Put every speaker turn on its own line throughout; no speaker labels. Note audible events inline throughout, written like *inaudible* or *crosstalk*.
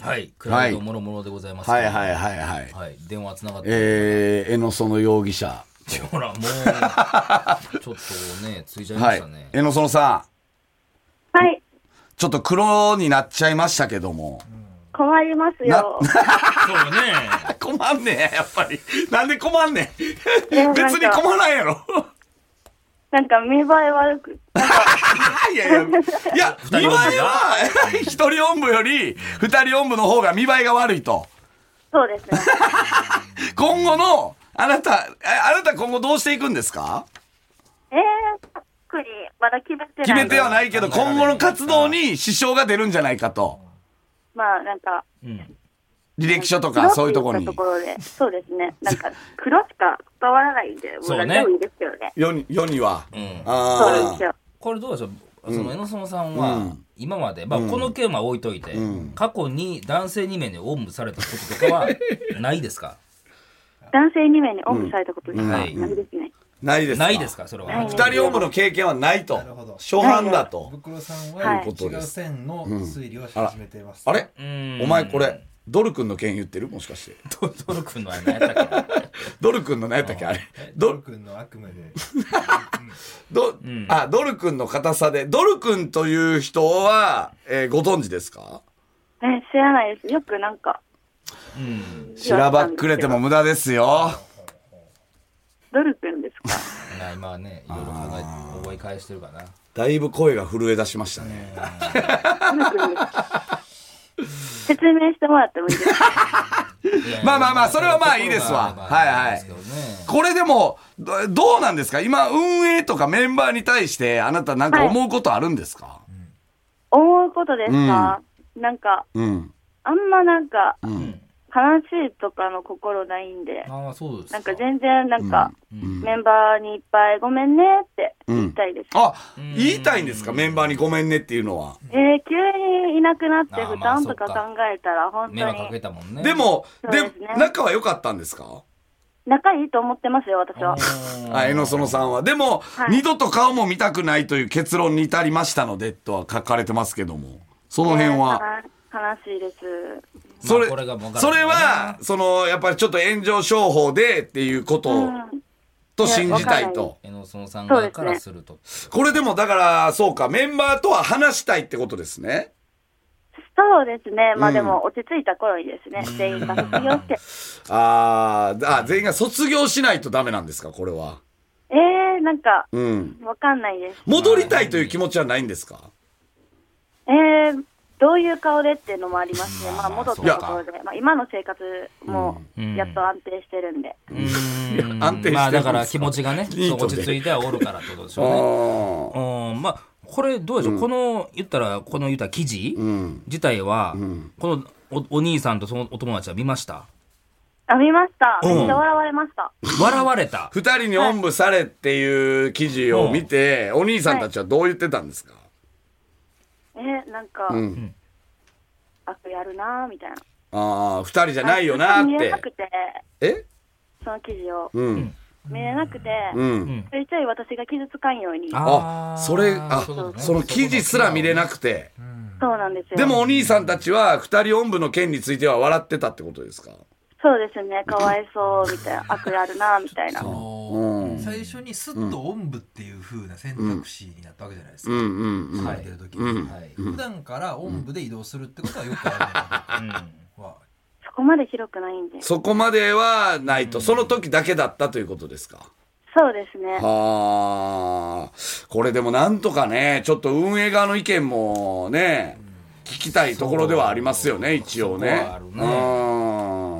はい、クラウドもろもろでございますけ
は
ど
いはいはいはい。
はい、電話つながってる、
えー、江の園容疑者。
ほら、もう、 *laughs* ちょっとね、ついちゃいま
は
し
い
たね。。
江の園さ
はい、
ん、ちょっと黒になっちゃいましたけども。
困りますよ。
そうね。
*laughs* *laughs* 困んねえ、やっぱり。 *laughs* なんで困んねえ。
や
別に困らんやろ。 *laughs*
*laughs* なんか見栄え悪く、
いやいや、い *laughs* や、見
二
栄え
人
は、一
おんぶが
人おんぶより、二人おんぶの方が見栄えが悪いと。
そうです
*laughs*
ね。
今後の、あなた、えあなた今後どうしていくんですか
えー、ざっくり、まだ決めてない。
決めてはないけど、今後の活動に支障が出るんじゃないかと。
まあ、なんか、
うん。
履歴書とか、そういうところ
黒
に
って。言ったところで、そうで
*laughs*
すね。なんか、黒しか伝わらないんで、
そうね
もういいですけどね。
世に、世には。
ん
そうなん
あ
ですよ。
これどうでしょうその江ノ園さんは、
うん
今まで、まあ、この件は置いといて、過去に男性2名におんぶされたことと
*laughs*
かはないですか
男性2名にオンされたことですか、
は
ないいですね。
あ。ないですか
ないですかそれ
な
はい
です
二人おんぶの経験はないと
なるほど。
初犯だと
ブ。クロさん
は
はい違
ということで
う
す
線の推理をし始めています。
あれ
うん
お前これ、ドル君の件言ってるもしかして。 *laughs*
トトル君のあれ何やったっけ
ドル君の何やったっけあれ。
ド
ド
ル君の悪夢で。
ど、あ、ドル君の硬さで、ドル君という人は、えーご存知ですか
えー知らないです。よくなんか、
うん
しらばっくれても無駄ですよ。
ドル君ですか
まあ今ねいろいろ考えて思い返してるかな
だいぶ声が震え出しましたね。
ドル君ですか
*laughs*
説明してもらってもいいですか
いや
まあまあまあそれはまあいいですわ
まあまあ
はいはい
ですけどね
これでも、どどうなんですか今、運営とかメンバーに対して、あなたなんか思うことあるんですか、
思うことですか、なんか、
うん。
あんまなんか、
うん。
悲しいとかの心ないんで、
ああそうです
なんか全然なんか、
うん
メンバーにいっぱいごめんねって言いたいです。
あ
うん、
言いたいんですかメンバーにごめんねっていうのは。
えー、急にいなくなっ
あ
て
ー
負
まあ
担とか
そ
考
っか
えたら、本
迷
当
惑かけ
に
たもんね
でも、
そうで
で
すね、
仲は良かったんですか
仲いいと思ってますよ、私は。
あ江野園さんは。でも、
い
二度と顔も見たくないという結論に至りましたので、とは書かれてますけども。その辺は。
えー悲しいです。
それ、
まあこれが分からん
それは、その、やっぱりちょっと炎上商法でっていうこと
う
を、
ん、
と信じたいと。
江野園さん
そ
側
うです
か
ね
らすると
これでもだから、そうか、メンバーとは話したいってことですね。
そうですね。
う
まあ
ん
でも、落ち着いた頃にですね、全員が卒業して、
あーあ、全員が卒業しないとダメなんですか、これは。
えー、なんか、
うん。
わかんないです。
戻りたいという気持ちはないんですか
えー、どういう顔でっていうのもありますね。まあ、戻ったところで、まあ、今の生活も、やっと安定してるんで。
うーん
安定してるんですよ
まあだから気持ちがね
いいとね
落ち着いてはおるからってことでし
あ
ょ
ー
うねうんまあこれどうでしょうこの言ったらこの言ったら記事
うん。
自体はこのおお兄さんとそのお友達は見
*gasps*
ました
あ、見ました。
うん
めっちゃ笑われました。
笑われた
二人におんぶされっていう記事を見て、お兄さんたちはどう言ってたんですか、
えー、なんか、
うん。
悪やるなーみたいな。
ああ、二人じゃないよなーっ
見え
て
な。くて、
え
その記事を。
うん。
見えなくて、
うん。
ちょいちょい私が傷つかんように。
あ、それ、あ、その記事すら見れなくて。
そうなんですよ。
でもお兄さんたちは二人おんぶの件については笑ってたってことですか
そうですね、かわいそう、み
*laughs*
たいな。悪やるな、みたいな。
あ
そ
の最初にスッとおんぶっていう風な選択肢になったわけじゃないですか。
うんうんうん。
されてる時
う
に
ん。
はい
普段からおんぶで移動するってことはよくあるの
うん
僕は。
こまで広くないんで。
そこまではないと、その時だけだったということですか。
そうですね。
はあ、これでもなんとかね、ちょっと運営側の意見もね、聞きたいところではありますよね、一応
そ
ね
こはある。ね
うん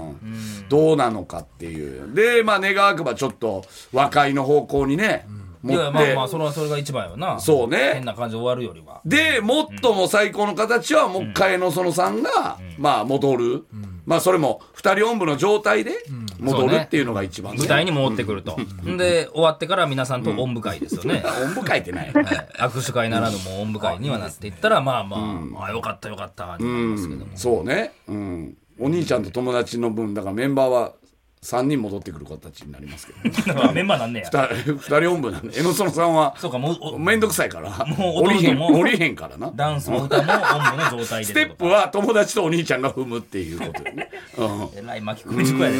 どうなのかっていう。で、まあ、願わくばちょっと和解の方向にね、
い
持
や
っ
まあ
て
まあ。それはそれが一番よな
そうね
変な感じで終わるよりは
で、もっとも最高の形は、もう一回のそのさんが、まあ、戻る。まあ、それも、二人おんぶの状態で、戻るっていうのが一番ね
舞台に戻ってくるとんで終わってから皆さんとおんぶ会ですよね
おんぶ書いてない。
はい握手会ならぬもうおんぶ会にはなっていったらまあまあ、まあよかったよかったになりますけども、
そうね。うん。お兄ちゃんと友達の分、だからメンバーは3人戻ってくる形になりますけど、ね、
*laughs* メンバーなんねや。
2, 人音部なんで江ノ園さんは
そうか、もう、お
面倒くさいから
もう
降りへん
弟も
降りへんからな
ダンスも歌も音部の状態で。
ステップ。は友達とお兄ちゃんが踏むっていうことでね、うん
えらい巻き込み事故やで。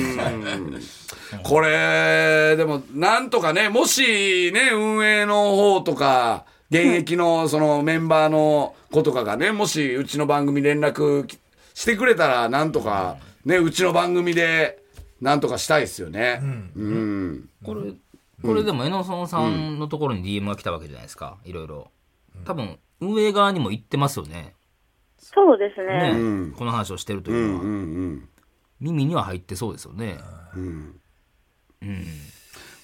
これでもなんとかねもしね運営の方とか現役のそのメンバーの子とかがねもしうちの番組連絡きしてくれたらなんとかねうちの番組でなんとかしたいですよねうん、
これ、これでも、江野園さんのところに DM が来たわけじゃないですか、いろいろ。多分、運営側にも行ってますよね。
そうです
ね、
ね。
この話をしてるというのは、
うんうん
耳には入ってそうですよね。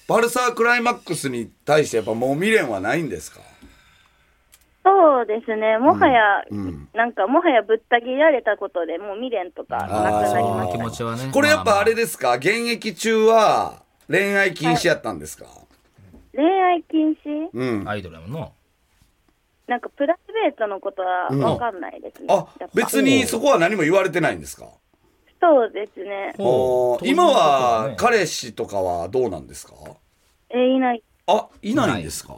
バルサークライマックスに対してやっぱもう未練はないんですか
そうですね。もはや、なんか、もはやぶった切られたことで、もう未練とかなくなり
そ
ま
の
し
気
た。
持ちはね。
これやっぱあれ
で。
ですか現役中は恋愛禁止やったんですか、
恋愛禁止
うん
アイドルやもんな。
なんか、プライベートのことはわかんないですね。
あ
やっぱ
別にそこは何も言われてないんですか
そうですね。
ほう
おー今は
ということだね
彼氏とかはどうなんですか
えー、いない。
あいないんですか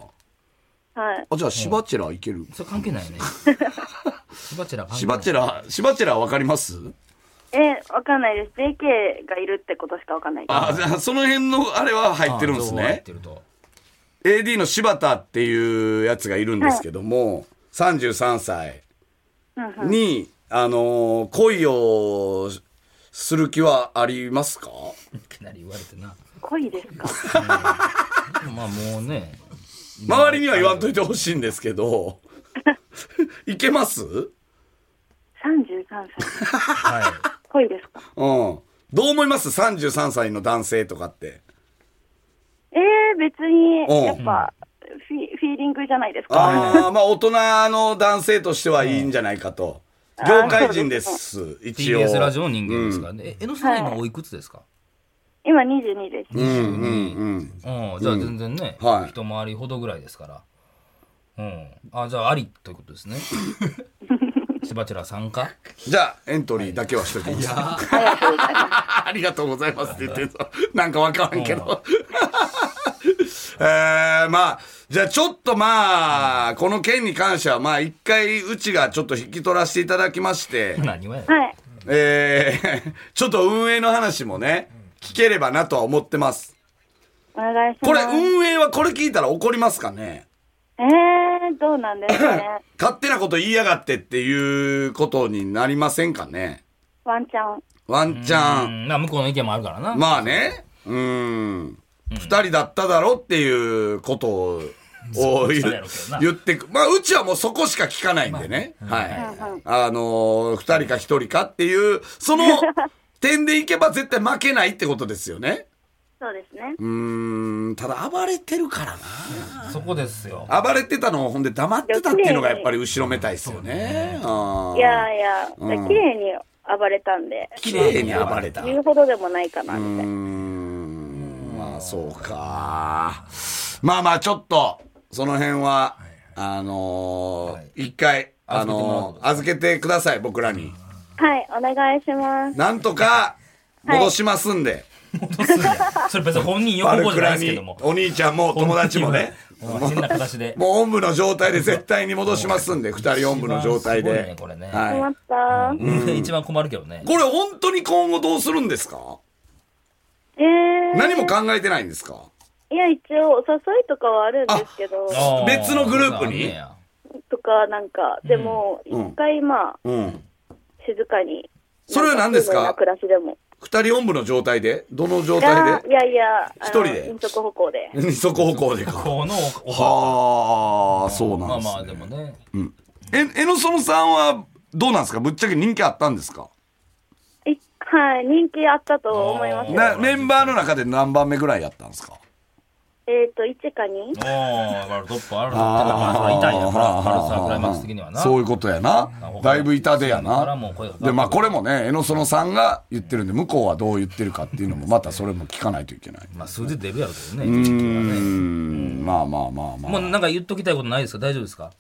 はい。
あじゃあシバチェラいける
それ関係ないよね。しばちら関
シ
係
バ
ない
チェラシバチェラわかります
えー、わかんないです。JK がいるってことしかわかんないです。
あじゃあその辺のあれは入ってるんです
ああ情報入っ
ね
てると。
AD の柴田っていうやつがいるんですけども、33歳に、あのー恋をする気はありますか
いきなり言われてな。
恋ですか
まあもうね。
周りには言わんといてほしいんですけ
*laughs*
どいけますうん
?33 歳。
は
恋ですか
どう思います33歳の男性とかって
えー、別に
うん、
やっぱ、フィフィーリングじゃないですか。
ああまあ大人の男性としてはいいんじゃないかと、
ん
業界人です
い。
一応
TBS ラジオの人間ですからね。え、江野さんは今おいくつですか
今22です。
うんうんうん
うん、じゃあ全然ね、
はい
一回りほどぐらいですから。うん。あ、じゃあありということですね。 *laughs* しばちら参加
じゃあエントリーだけはしときます、 *laughs* ありがとうございますって言ってるぞなんかわからんけど。 *laughs* えー、まあ、じゃあちょっとまあ、この件に関しては、まあ一回うちがちょっと引き取らせていただきまして、
*laughs* 何はや
はい。
えー、ちょっと運営の話もね、聞ければなとは思ってます。
お願いします。
これ運営はこれ聞いたら怒りますかね
えー、どうなんですかね。
勝手なこと言いやがってっていうことになりませんかね
ワンチャン。
ワンチャン。
うん、まあ向こうの意見もあるからな。
まあね、うん、二人だっただろっていうことを。を言
そうやろうけどな
言ってく。まあ、うちはもうそこしか聞かないんでね。はい。あのー、二人か一人かっていう、その点でいけば絶対負けないってことですよね。
そうですね。
うーん、ただ暴れてるから
そこですよ。
な。暴れてたのをほんで黙ってたっていうのがやっぱり後ろめたいですよね。あー
いやいや、綺麗に暴れたんで、
綺麗に暴れた。
言うほどでもないかな、みたい
ー
うな。
んまあそうか。まあまあちょっと、その辺は、あの
はい
ー、一回、あ
預けてもらうこ
の
と
ー、預けてください、僕らに。
はい、お願いします。
なんとか、戻しますんで。
それ別に本人よ
バ
く
ル
こうじ
ク
ゃない
ラ
ですけ
に
ども、。
お兄ちゃんも友達もね。
うん。変な形で。
*laughs* もう、おんぶの状態で絶対に戻しますんで、二人おんぶの状態
一番すごいね
で。
これね
決ま
は
った。
一番困るけどね
い。。これ本当に今後どうするんですか
えー、
何も考えてないんですか
いや、一応、お誘いとかはあるんですけど、
あー
別のグループに
そうなんや
とか、なんか、でも、
うん
一回、まあ、
うん。
静かに。
それは何ですか
なん普通の暮らしでも。
二人おんぶの状態でどの状
いや
態、
いやいや、あの
一人で
飲食歩行で。
で二足歩行で
*laughs*
か。
このお
はあ、そう
ま
なん
あ
です、ね。
まあでもね。
え、江野園さんはどうなんですかぶっちゃけ人気あったんですか
いはい、人気あったと思います
おー。
なメンバーの中で何番目ぐらいやったんですか
えっと、1か2。
おー、バルトップあるから、痛いやから、バルサークライマックス的にはな。
そういうことやな。だいぶ痛手や
だから
な
もう声がかかっ。てる
で、まあこれもね、江野園さんが言ってるんで、向こうはどう言ってるかっていうのも、またそれも聞かないといけない。
まあ数字出るやろうけど
う
ね。
ー
人気はね
ん、まあまあまあまあ。
もうなんか言っときたいことないですか大丈夫ですか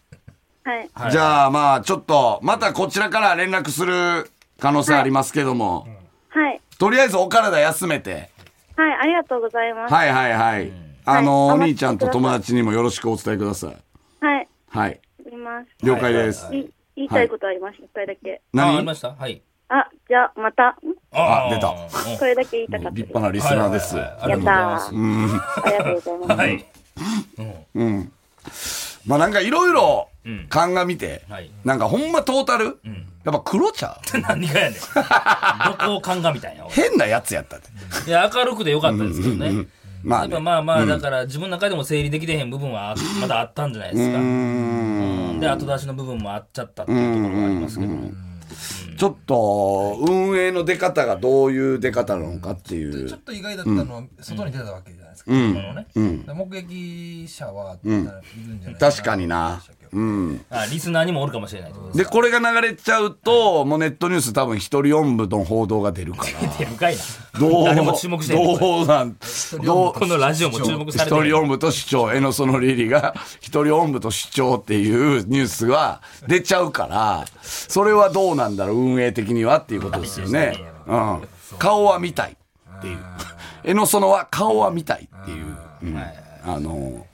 はい。
じゃあまあちょっと、またこちらから連絡する可能性ありますけども、
はい。
とりあえずお体休めて、
はい、ありがとうございます。
はいはいはい。あの、
はい
お兄ちゃんと友達にもよろしくお伝えください。
はい、
はい。
います。
了解です。
い言いたいことあります、一回だけ。
ああり
何
ましたはい。
あ、じゃあ、また、
あ
ー
出た
うん
これだけ言いたかった
立
です。
派なリスナーです。
はいはいはい
や
あ
っ
り
た
がとうござい
ー。ありがとうございます。
ます。はい。 *laughs*
まあなんかいろいろ
ん
鑑みて
はい、
なんかほんまトータル、やっぱ黒茶
何がやねん。どこを勘がみたいな。俺
変なやつやったって。
いや、明るくてよかったですけどね。
まあ
やっぱ
ね。
まあまあ、だから自分の中でも整理できてへん部分はまだあったんじゃないですか。うんで、後出しの部分もあっちゃったっていうところがありますけどね。
ちょっと、運営の出方がどういう出方なのかってい
ちょ
う
っ。と意外だったのは、外に出たわけじゃないですか、車のね、目撃者はいるんじゃない
確かにな。うん。
あリスナーにもおるかもしれないってことで
で、これが流れちゃうと、もうネットニュース多分一人四部の報道が出るから。
す。手深いな。
どう、
*laughs* 誰も注目してない
どうなん、どう、
このラジオも注目さ
一
れてない
人おんぶと市長、江の園リリが、一人おんぶと市長っていうニュースは出ちゃうから、それはどうなんだろう、運営的にはっていうことですよね。うん。顔は見たいっていう。江の園は顔は見たいっていう、うんあの、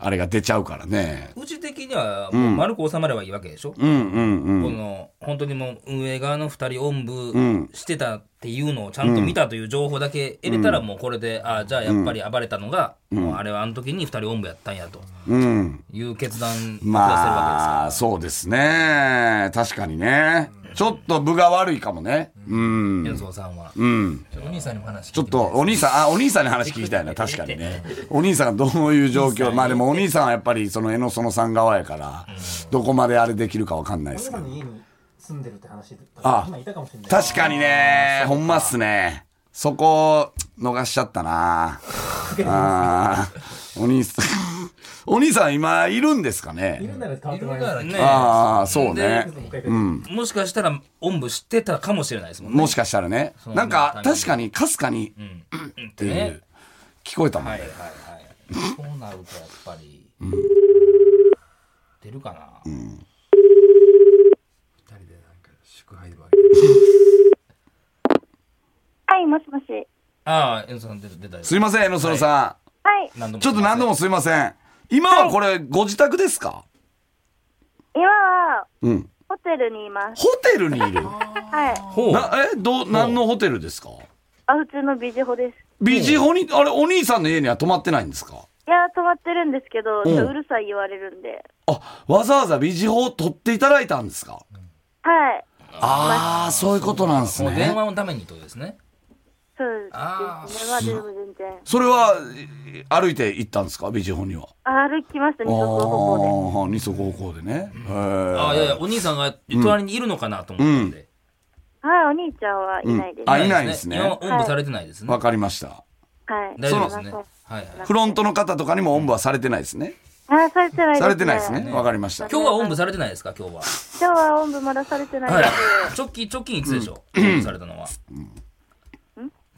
あれが出ちゃうからね。
うち的にはもう丸く収まればいいわけでしょ、
うんうんうん。
この本当にもう運営側の2人おんぶしてたっていうのをちゃんと見たという情報だけ入れたらもうこれで、ああじゃあやっぱり暴れたのが、もうあれはあの時に2人おんぶやったんやという決断を下せるわ
まあ、そうですね。確かにね。ちょっと分が悪いかもね。うん。
けですよ、うさんは、
お兄さんにも話
ちょっと、お兄さん、あ、お兄さんに話聞きたいな、確かにね。お兄さんがどういう状況、まあでもお兄さんはやっぱり、その、江の園さん側やから、どこまであれできるかわかんないですけど。
家に住んでるって話
あ
今いたかもしれない
確かにね、ほんまっすね。そこ、逃しちゃった *laughs* なあーお兄さん、 *laughs* お兄さん今いるんですか
い
ね
るなら変わってもらえます
ね
ああ、そうね。
もしかしたらおんぶしてたかもしれないですもんね
もしかしたらね。なんか、確かに、かすかに、ってい
ね
う、聞こえたもん
はい
ね
はい。はいそうなるとやっぱり、出るかな、
宿杯でもあげて
はい、もしもし。
ああ江野さん出た出た
すいません、江の園さん。
はい、
何度も
ちょっと何度もすいません。今はこれ、ご自宅ですか
今は
うん。
ホテルにいます。
ホテルにいる。
はい。
ほう
なえ、ど、何のホテルですか
あ、普通のビジホです。
ビジホに、あれ、お兄さんの家には泊まってないんですか
いや、泊まってるんですけど、
ん
ちょっとうるさい言われるんで。
あ、わざわざビジホを取っていただいたんですか
はい。
ああ、そういうことなんです
もう電
ね。
話のためにってことですね
そうですね。まあ、でも全然。
それは、え歩いて行ったんですかビジホには。
あ歩きました、二
あ
足歩行
あ、二足歩行でね。へ
あ
ー
あいやいやお兄さんが隣にいるのかなと思ったんで、
で。はい、お兄ちゃんはいないで
う
す。
んあ
はい。
いないですね
今はおんぶされてないですね。
わかりました。
大丈夫です
い
ね。
ま
は
せん
いはい。
フロントの方とかにもおんぶはされてないですね。
あ、されてないです、ね。
されてないですね。わかりました。
今日はおんぶされてないですか今日は。
今日はおんぶまだされてないで
*laughs*
す。
直近直近いつでしょう。おんぶされたのは。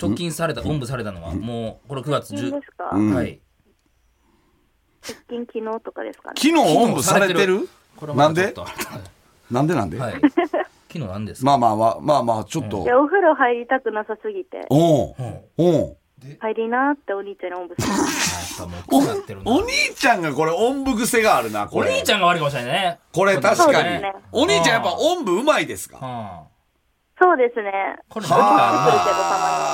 直近されたおんぶされたのはもうこれ9月
いいんで
10
す。か、
はい。
直近昨日とかですかね。
昨日おんぶされてる
これはま
なん
だちょっ
で
と
なんでなんで
*laughs*
はい。昨日なんですか。
まあまあまあ、まあまあ、ちょっと
い。や、お風呂入りたくなさすぎて、
おうおう
入りなーってお兄ちゃんにおんぶされ
あ
て。
やっぱもう
お
こうなってるな。
お兄ちゃんがこれ、おんぶ癖があるな、
お
これ。
兄ちゃんが悪いかもしれないね。
これ確
そうで
か
す
に
ね。
お兄ちゃんやっぱおんぶうまいです
う
か
ん。
そうですね。
これなんか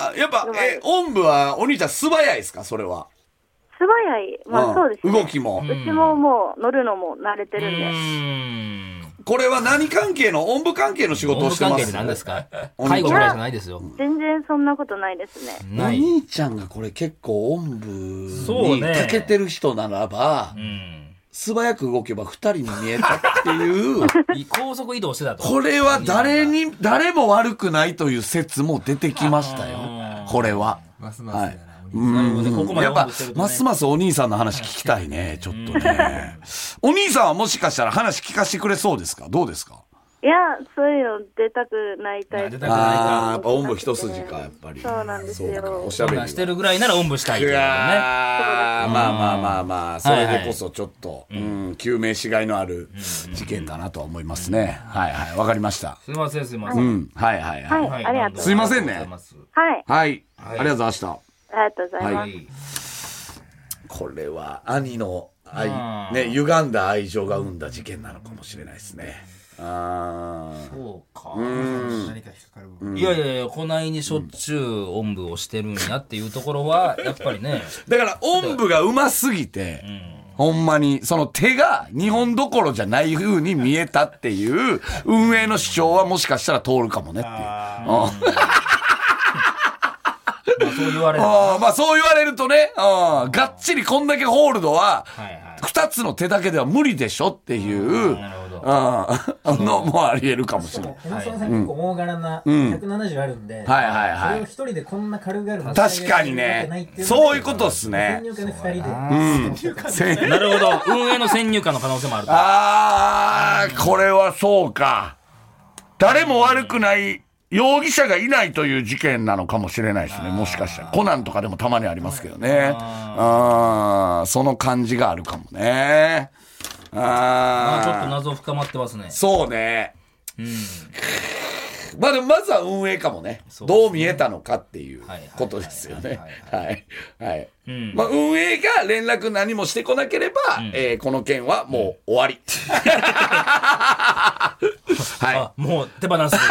あ
あ
るな。
ーやっぱ、え、おんぶは、お兄ちゃん素早いですかそれは。
素早い。ま
う
あ
ん
そうですね。
動きも。
うちももう乗るのも慣れてるん
う
で。
ーん。
これは何関係の、おんぶ関係の仕事
お
を
んぶ
して
関
ま
係って
す
何ですか介護ぐらいじゃないですよ。
全然そんなことないですね。
お
ない。
兄ちゃんがこれ結構おんぶ
そう
に
ね
かけてる人ならば、
うん。
素早く動けば二人に見えたっていう、
い高速移動してたと。
これは誰に、誰も悪くないという説も出てきましたよ。これは。
ますますやな、お兄さん
なるほどねここまで
やっぱ
音符してる、とね
ますますお兄さんの話聞きたいね、ちょっとね。お兄さんはもしかしたら話聞かせてくれそうですかどうですか
いや、そういうの出たくないタイプ。
出たくないか
あーやっぱおんぶ一筋かやっぱり
そうなんですよ。
かおしゃ
そ
べ
ん
り
な
は。
んしてるぐらいならおんぶしたい
い
っていうことね。
やーまあまあまあまあ、それでこそちょっと、うん、究明しがいのある事件だなとは思いますね。はいはい、わかりました。
すいません、すいませ。
うんん、はいはいはい。
はいありがとうございます
すいませんね
ありがとうございます
はい。
はい、ありがとうございました。
あありがとうござい
は
ます。
いこれは兄の愛、ね、歪んだ愛情が生んだ事件なのかもしれないですね。あー
そうか。
何か引っかかる部分
いやいやいや、こないにしょっちゅうおんぶをしてるんやっていうところ
*laughs*
は、やっぱりね、
だから、おんぶがうますぎて、ほんまに、その手が日本どころじゃない風に見えたっていう、運営の主張はもしかしたら通るかもねっていう。あ
まあ、そう言われる。は
あーまあそう言われるとね、あーがっちりこんだけホールドは、
いは
二つの手だけでは無理でしょっていう
い。、なるほど。
あーのもあり得るかもし
し
れ
か
ない
も。山本さん結構大柄な170あるん
は
で、
いはいはい
それを一人でこんな軽々持ち
確
上げ
か
られ
に
るわけないっ
ね
てい。うのが
そういうことっすね
先。入観で二人で、
せん
なるほど。運営の先入観の可能性もあると。
あー、これはそうか。誰も悪くない、容疑者がいないという事件なのかもしれないですね。もしかしたら。コナンとかでもたまにありますけどね。あー、その感じがあるかもね。あー。
あーちょっと謎深まってますね。
そうね。まあでもまずは運営かもね
そうですね
どう見えたのかっていう
はいはい
ことですよね。
は
はい。はい。
ん
まあ運営が連絡何もしてこなければ、えーこの件はもう終わり。は *laughs*
あ、もう手放す。 *laughs*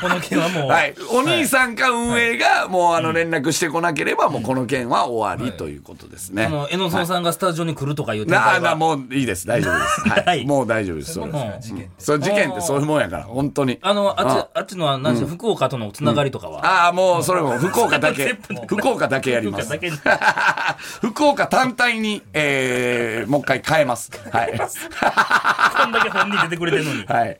この件はも
い。
う。
はい。お兄さんか運営がもうあの連絡してこなければ、もうこの件は終わりということですね。
あの、江野沢さんがスタジオに来るとかいう展
なあ
開
なあ、
は、
もういいです。大丈夫です。は。
*laughs* はいい
もう大丈夫です。そ
そう
れ
です
は
ね事件って
そう、事件ってそういうもんやから、本当に。
あの、あっち、あっちのは、なんでしょう福岡とのつながりとかは。
ああ、もうそれも福岡だ
*laughs*
け
全部、
福岡だけやります
福岡だけに。
福岡単体に、えー、もう一回変えます。はい。
こんだけ本人出てくれてるのに。
はい。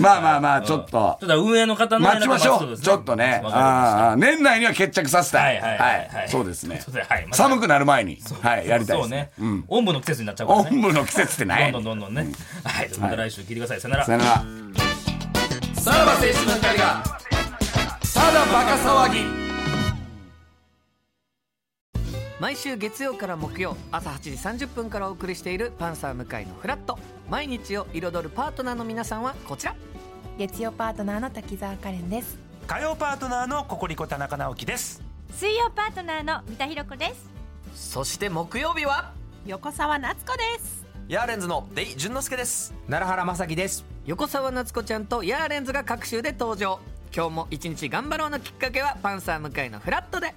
まあまあまあ、ちょっと
ちょ、っと運営の方の
待ちましょ
連絡はそう
う。
です
ちょっとね。
わかりま
ああ、年内には決着させたい。
はいはいはいはい
そうですね
そうですねはいま。た
寒くなる前に、はい、
した
やりたい
そ
で
う
すね
ね。。おんぶの季節になっちゃうか
お
らね。
んぶの季節ってない
どんどんどんどんね。はい。また来週聞いてください。さよなら
さ。よなら。さらば青春の光が、ただバカ騒ぎ。
毎週月曜から木曜朝8時30分からお送りしている「パンサー向井のフラット」毎日を彩るパートナーの皆さんはこちら
月曜パートナーの滝沢カレンです
火曜パートナーのココリコ田中直樹です
水曜パートナーの三田寛子です
そして木曜日は
横澤夏子です
ヤーレンズのデイ純之介です奈良原雅樹です
横澤夏子ちゃんとヤーレンズが各週で登場今日も一日頑張ろうのきっかけは「パンサー向井のフラットで」